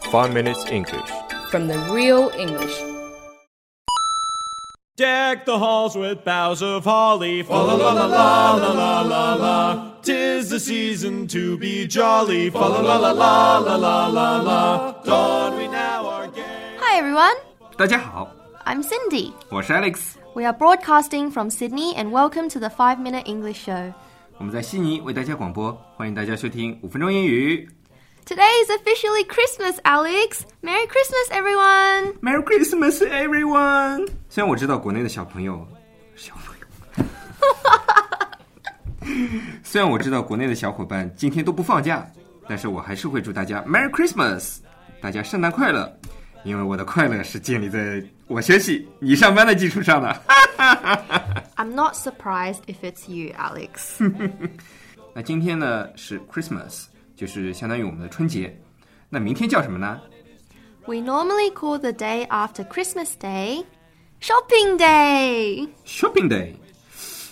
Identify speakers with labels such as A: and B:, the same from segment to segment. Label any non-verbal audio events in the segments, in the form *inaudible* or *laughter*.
A: 5 Minutes English.
B: from the real English.
C: Deck the halls with boughs of holly. Fa la la la la la la la la. Tis the season to be jolly. Fa la la la la la la la la. Dawn we now are gay.
D: Hi everyone,
E: 大家好，
D: I'm Cindy.
E: 我是 Alex，
D: We are broadcasting from Sydney and welcome to the 5 Minute English Show.
E: 我们在悉尼为大家广播，欢迎大家收听五分钟英语。
D: Today is officially Christmas, Alex. Merry Christmas, everyone.
E: Merry Christmas, everyone！虽然我知道国内的小朋友，小朋 *laughs* 友，虽然我知道国内的小伙伴今天都不放假，但是我还是会祝大家 Merry Christmas，大家圣诞快乐。因为我的快乐是建立在我学习、你上班的基础上 *laughs* 的。
D: I'm not surprised if it's you, Alex.
E: 那今天呢是 Christmas，就是相当于我们的春节。那明天叫什么呢？
D: we normally call the day after Christmas Day Shopping Day.
E: Shopping Day，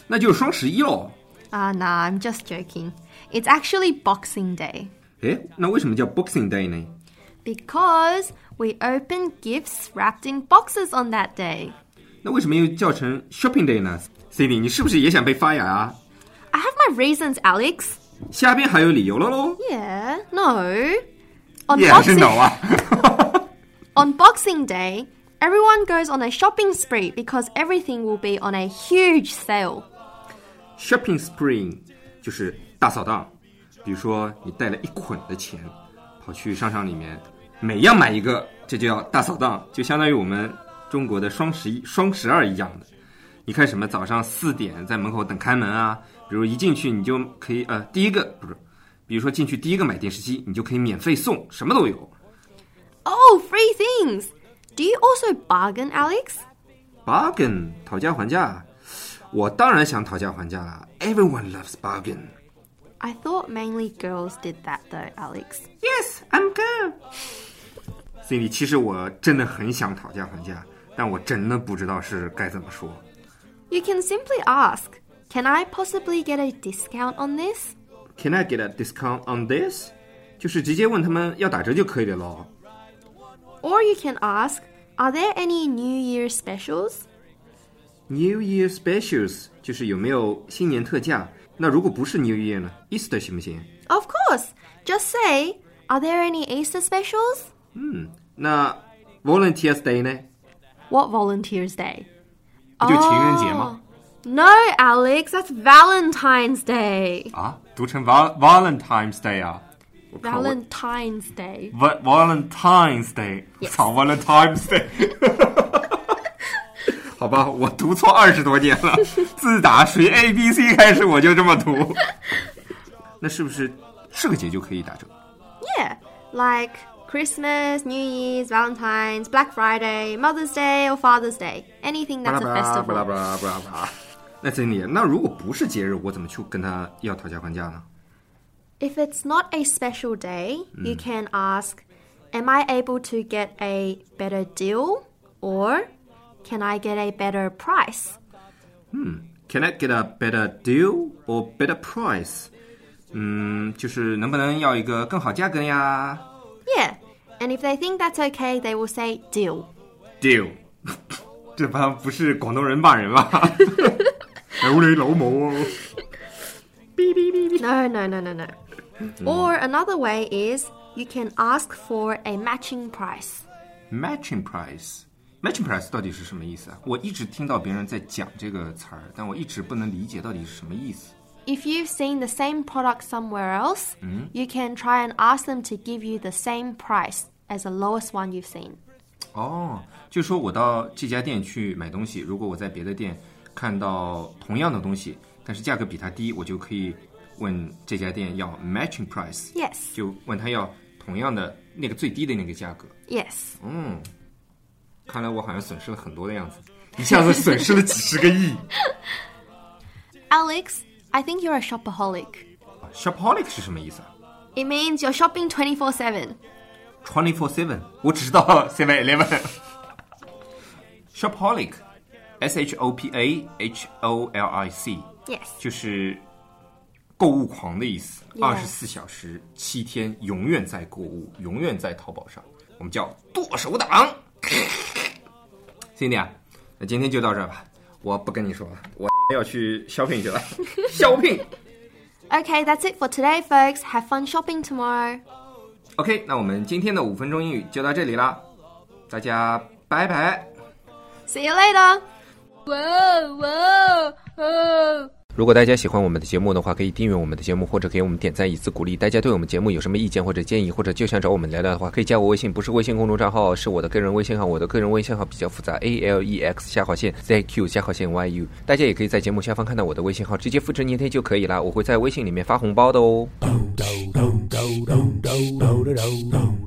E: 那就是双十一喽。
D: Ah, nah, I'm just joking. It's actually Boxing Day
E: 诶，那为什么叫 Boxing Day 呢？
D: because we open gifts wrapped in boxes on that day.
E: 那为什么又叫成 Shopping Day 呢？Cindy，你是不是也想被发芽啊？
D: I have my reasons, Alex.
E: 下边还有理由了喽？
D: Yeah, no. On
E: 依然是
D: Boxing,
E: no 啊！
D: on Boxing Day, everyone goes on a shopping spree because everything will be on a huge sale.
E: shopping spree 就是大扫荡，比如说你带了一捆的钱，跑去商场里面，每样买一个，这就叫大扫荡，就相当于我们中国的双十一、双十二一样的。你看什么？早上四点在门口等开门啊，比如一进去你就可以呃，第一个不是，比如说进去第一个买电视机，你就可以免费送，什么都有。
D: Oh, free things! Do you also bargain, Alex?
E: bargain 讨价还价，我当然想讨价还价啦。Everyone loves bargain。
D: I thought mainly girls did that though, Alex.
E: Yes, I'm good. Cindy，其实我真的很想讨价还价，但我真的不知道是该怎么说。
D: You can simply ask, Can I possibly get a discount on this?
E: Can I get a discount on this？就是直接问他们要打折就可以了咯。
D: Or you can ask, Are there any New Year specials?
E: New Year specials 就是有没有新年特价？那如果不是 New Year 呢？Easter 行不行？
D: Of course! Just say, Are there any Easter specials?
E: 那 Volunteers Day 呢？
D: What Volunteers Day? Ah,
E: 不就情人节吗？
D: No, Alex, that's Valentine's Day.
E: 啊，读成 Val Valentine's Day 啊
D: Valentine's Day.
E: Val Valentine's Day，
D: Yes
E: 操 Valentine's
D: *laughs*
E: Day，好吧，我读错二十多年了，自打学 A B C 开始我就这么
D: *laughs*
E: 读，那是不是是个节就可以打折？
D: Yeah, like Christmas, New Year's, Valentine's, Black Friday, Mother's Day, or Father's Day. Anything
E: 巴拉
D: that's
E: 巴
D: a
E: 拉巴拉巴
D: festival.
E: 拉巴拉巴拉。那经理，那如果不是节日，我怎么去跟他要讨价还价呢？
D: If it's not a special day, you can ask, Am I able to get a better deal? Or can I get a better price?
E: Can I get a better deal or better price？嗯，就是能不能要一个更好价格呀
D: Yeah, and if they think that's okay, they will say deal.
E: ？Deal，这帮不是广东人骂人吧？有你老母啊！
D: No, no, no, no, no. Or another way is you can ask for a matching price.
E: Matching price。Matching price 到底是什么意思啊？我一直听到别人在讲这个词儿，但我一直不能理解到底是什么意思。
D: If you've seen the same product somewhere else, you can try and ask them to give you the same price as the lowest one you've seen.
E: 哦，就说我到这家店去买东西，如果我在别的店看到同样的东西，但是价格比它低，我就可以问这家店要 matching price，
D: Yes,
E: 就问他要同样的那个最低的那个价格。
D: yes.
E: 嗯，看来我好像损失了很多的样子，一下子损失了几十个亿。
D: Alex, I think you're a shopaholic.
E: Shopaholic 是什么意思啊
D: It means you're shopping 24 7.
E: ？Twenty four seven，我只知道 Seven Eleven。Shopaholic，S H O P A H O L I C。
D: Yes.
E: 就是购物狂的意思，
D: Yeah.
E: 二十四小时、七天，永远在购物，永远在淘宝上。我们叫剁手党。Cindy，啊那今天就到这儿吧，我不跟你说了，我要去 shopping 去了 *laughs* ，shopping。
D: Okay, that's it for today, folks. Have fun shopping tomorrow.
E: OK，那我们今天的五分钟英语就到这里啦，大家拜拜。
D: See you later.
B: Whoa, whoa, oh. whoa.
E: 如果大家喜欢我们的节目的话，可以订阅我们的节目，或者给我们点赞以资鼓励。大家对我们节目有什么意见或者建议，或者就想找我们聊聊的话，可以加我微信，不是微信公众账号，是我的个人微信号。我的个人微信号比较复杂，A L E X 下划线 Z Q 下划线 Y U。大家也可以在节目下方看到我的微信号，直接复制粘贴就可以啦。我会在微信里面发红包的哦。
A: do do do do do do do do do